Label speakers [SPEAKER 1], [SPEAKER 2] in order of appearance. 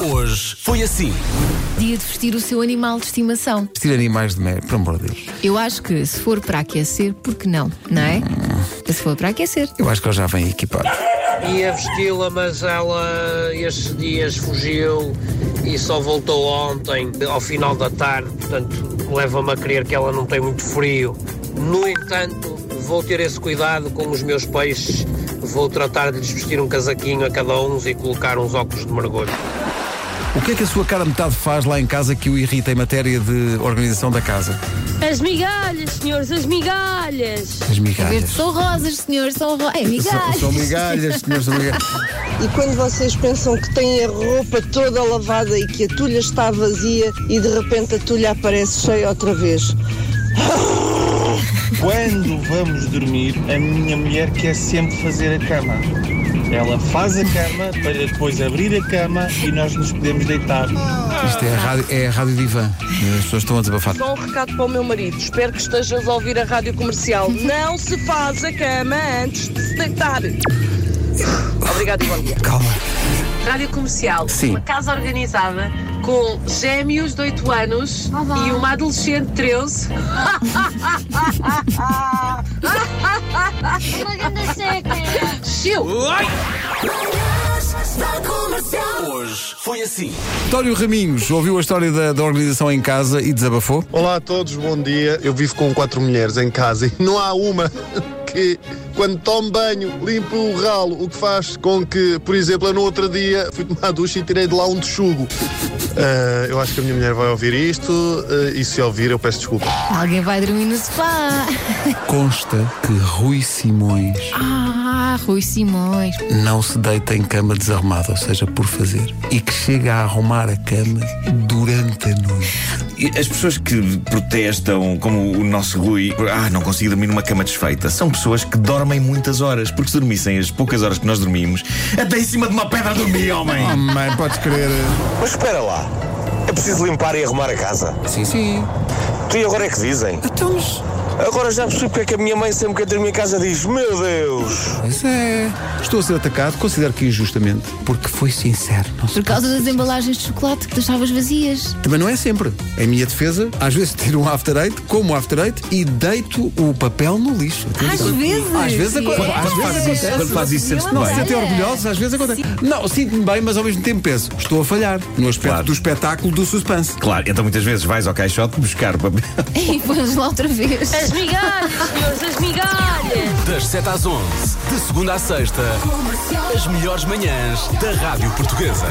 [SPEAKER 1] hoje foi assim.
[SPEAKER 2] Dia de vestir o seu animal de estimação.
[SPEAKER 1] Vestir animais de médio, por amor de Deus.
[SPEAKER 2] Eu acho que se for para aquecer, por que não? Não é? Se for para aquecer.
[SPEAKER 1] Eu acho que ele já vem equipado.
[SPEAKER 3] Ia vesti-la, mas ela estes dias fugiu e só voltou ontem, ao final da tarde, portanto leva-me a crer que ela não tem muito frio. No entanto, vou ter esse cuidado com os meus peixes, vou tratar de lhes vestir um casaquinho a cada um e colocar uns óculos de mergulho.
[SPEAKER 1] O que é que a sua cara metade faz lá em casa que o irrita em matéria de organização da casa?
[SPEAKER 4] As migalhas, senhores, as migalhas.
[SPEAKER 1] As
[SPEAKER 2] Verde,
[SPEAKER 1] migalhas.
[SPEAKER 2] são rosas, senhor, são rosas. É,
[SPEAKER 1] São,
[SPEAKER 2] migalhas.
[SPEAKER 1] são migalhas, senhores, são migalhas.
[SPEAKER 5] E quando vocês pensam que têm a roupa toda lavada e que a tulha está vazia e de repente a tulha aparece cheia outra vez.
[SPEAKER 6] Quando vamos dormir, a minha mulher quer sempre fazer a cama. Ela faz a cama para depois abrir a cama e nós nos podemos deitar.
[SPEAKER 1] Isto é a rádio, é a rádio divã. As pessoas estão a desabafar.
[SPEAKER 5] Só um recado para o meu marido. Espero que estejas a ouvir a rádio comercial. Não se faz a cama antes de se deitar. Obrigado e bom dia.
[SPEAKER 1] Calma.
[SPEAKER 7] Rádio Comercial,
[SPEAKER 1] Sim.
[SPEAKER 7] uma casa organizada com gêmeos de 8 anos e uma adolescente de 13.
[SPEAKER 4] Uma grande seca.
[SPEAKER 7] Chiu!
[SPEAKER 1] assim. António Raminhos ouviu a história da, da organização em casa e desabafou.
[SPEAKER 8] Olá a todos, bom dia. Eu vivo com quatro mulheres em casa e não há uma que, quando tomo banho, limpe o ralo, o que faz com que, por exemplo, eu no outro dia fui tomar a ducha e tirei de lá um texugo. Ah, eu acho que a minha mulher vai ouvir isto ah, e se ouvir eu peço desculpa.
[SPEAKER 2] Alguém vai dormir no sofá.
[SPEAKER 1] Consta que Rui Simões
[SPEAKER 2] Ah, Rui Simões.
[SPEAKER 1] não se deita em cama desarrumada, ou seja, por fazer, e que chega a arrumar a cama durante a noite.
[SPEAKER 9] E As pessoas que protestam, como o nosso Rui, por, ah, não consigo dormir numa cama desfeita, são pessoas que dormem muitas horas, porque se dormissem as poucas horas que nós dormimos, até em cima de uma pedra dormia, homem!
[SPEAKER 1] Oh, mãe, podes crer.
[SPEAKER 10] Mas espera lá, é preciso limpar e arrumar a casa.
[SPEAKER 1] Sim, sim.
[SPEAKER 10] Tu e agora é que dizem?
[SPEAKER 1] Então, mas-
[SPEAKER 10] Agora já percebo porque é que a minha mãe sempre que eu dormir em casa diz: Meu Deus!
[SPEAKER 1] Pois é. Estou a ser atacado, considero que injustamente, porque foi sincero. Não se
[SPEAKER 2] Por causa das embalagens de chocolate que deixavas vazias.
[SPEAKER 1] Também não é sempre. Em minha defesa, às vezes tiro um after eight, como um after eight e deito o papel no lixo.
[SPEAKER 2] Às vezes.
[SPEAKER 1] Às vezes, aco-
[SPEAKER 2] Sim.
[SPEAKER 1] às vezes acontece.
[SPEAKER 9] Quando faz isso, sentes-te
[SPEAKER 1] Não
[SPEAKER 9] bem.
[SPEAKER 1] se sentem
[SPEAKER 2] Olha.
[SPEAKER 1] orgulhosos, às vezes acontece. Não, sinto-me bem, mas ao mesmo tempo penso, estou a falhar no aspecto
[SPEAKER 9] Claro.
[SPEAKER 1] do espetáculo do suspense.
[SPEAKER 9] Claro, então muitas vezes vais ao caixote buscar papel.
[SPEAKER 2] E vamos lá outra vez.
[SPEAKER 4] As migalhas, senhores, as migalhas.
[SPEAKER 11] Das 7 às 11, de segunda à sexta, as melhores manhãs da Rádio Portuguesa.